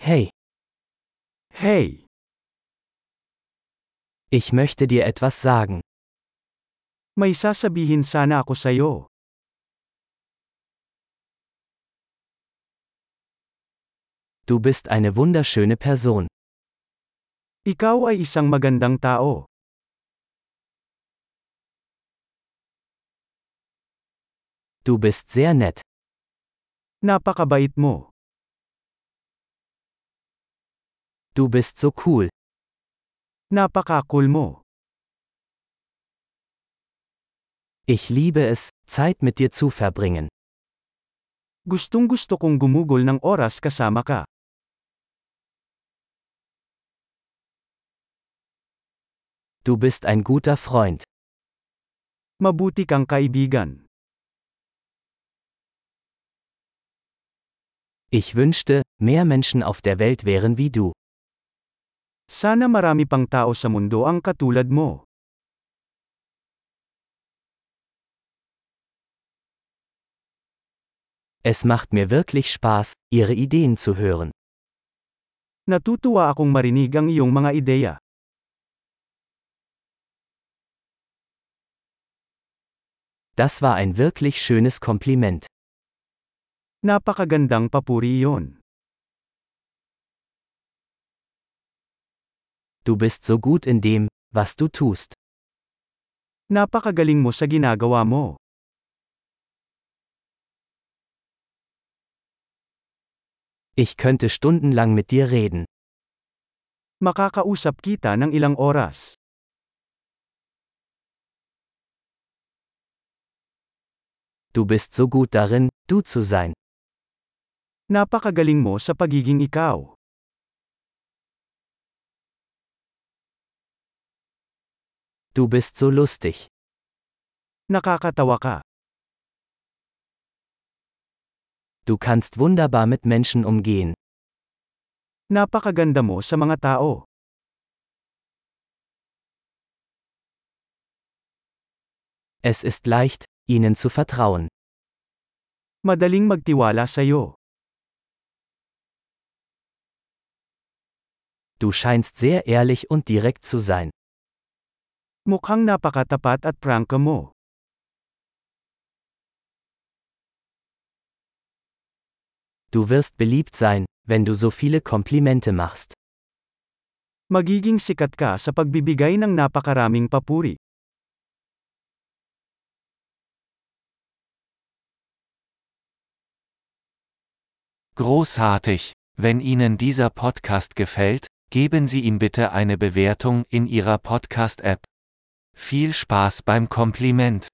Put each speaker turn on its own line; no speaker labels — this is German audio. Hey,
Hey,
ich möchte dir etwas sagen.
may sasabihin sana ako sa'yo.
Du bist eine wunderschöne Person.
Ikaw ay isang magandang tao.
Du bist sehr nett.
Napakabait mo.
Du bist so cool.
Napakakul mo.
Ich liebe es, Zeit mit dir zu verbringen.
Gustong gusto kong gumugol ng oras kasama ka.
Du bist ein guter Freund.
Mabuti kang kaibigan.
Ich wünschte, mehr Menschen auf der Welt wären wie du.
Sana marami pang tao sa mundo ang katulad mo.
Es macht mir wirklich Spaß, ihre Ideen zu hören.
Natutuwa akong marinig ang iyong mga ideya.
Das war ein wirklich schönes Kompliment.
Napakagandang papuri iyon.
Du bist so gut in dem, was du tust.
Napakagaling mo sa ginagawa mo.
Ich könnte stundenlang mit dir reden.
Makakausap kita ng ilang oras.
Du bist so gut darin, du zu sein.
Napakagaling mo sa pagiging ikaw.
Du bist so lustig.
Nakakatawa ka.
Du kannst wunderbar mit Menschen umgehen.
Napakaganda mo sa mga tao.
Es ist leicht, ihnen zu vertrauen.
Madaling magtiwala sa iyo.
Du scheinst sehr ehrlich und direkt zu sein.
Mukhang napakatapat at prangka mo.
Du wirst beliebt sein, wenn du so viele Komplimente machst.
Magiging sikat ka sa pagbibigay ng napakaraming papuri.
Großartig! Wenn Ihnen dieser Podcast gefällt, geben Sie ihm bitte eine Bewertung in Ihrer Podcast-App. Viel Spaß beim Kompliment!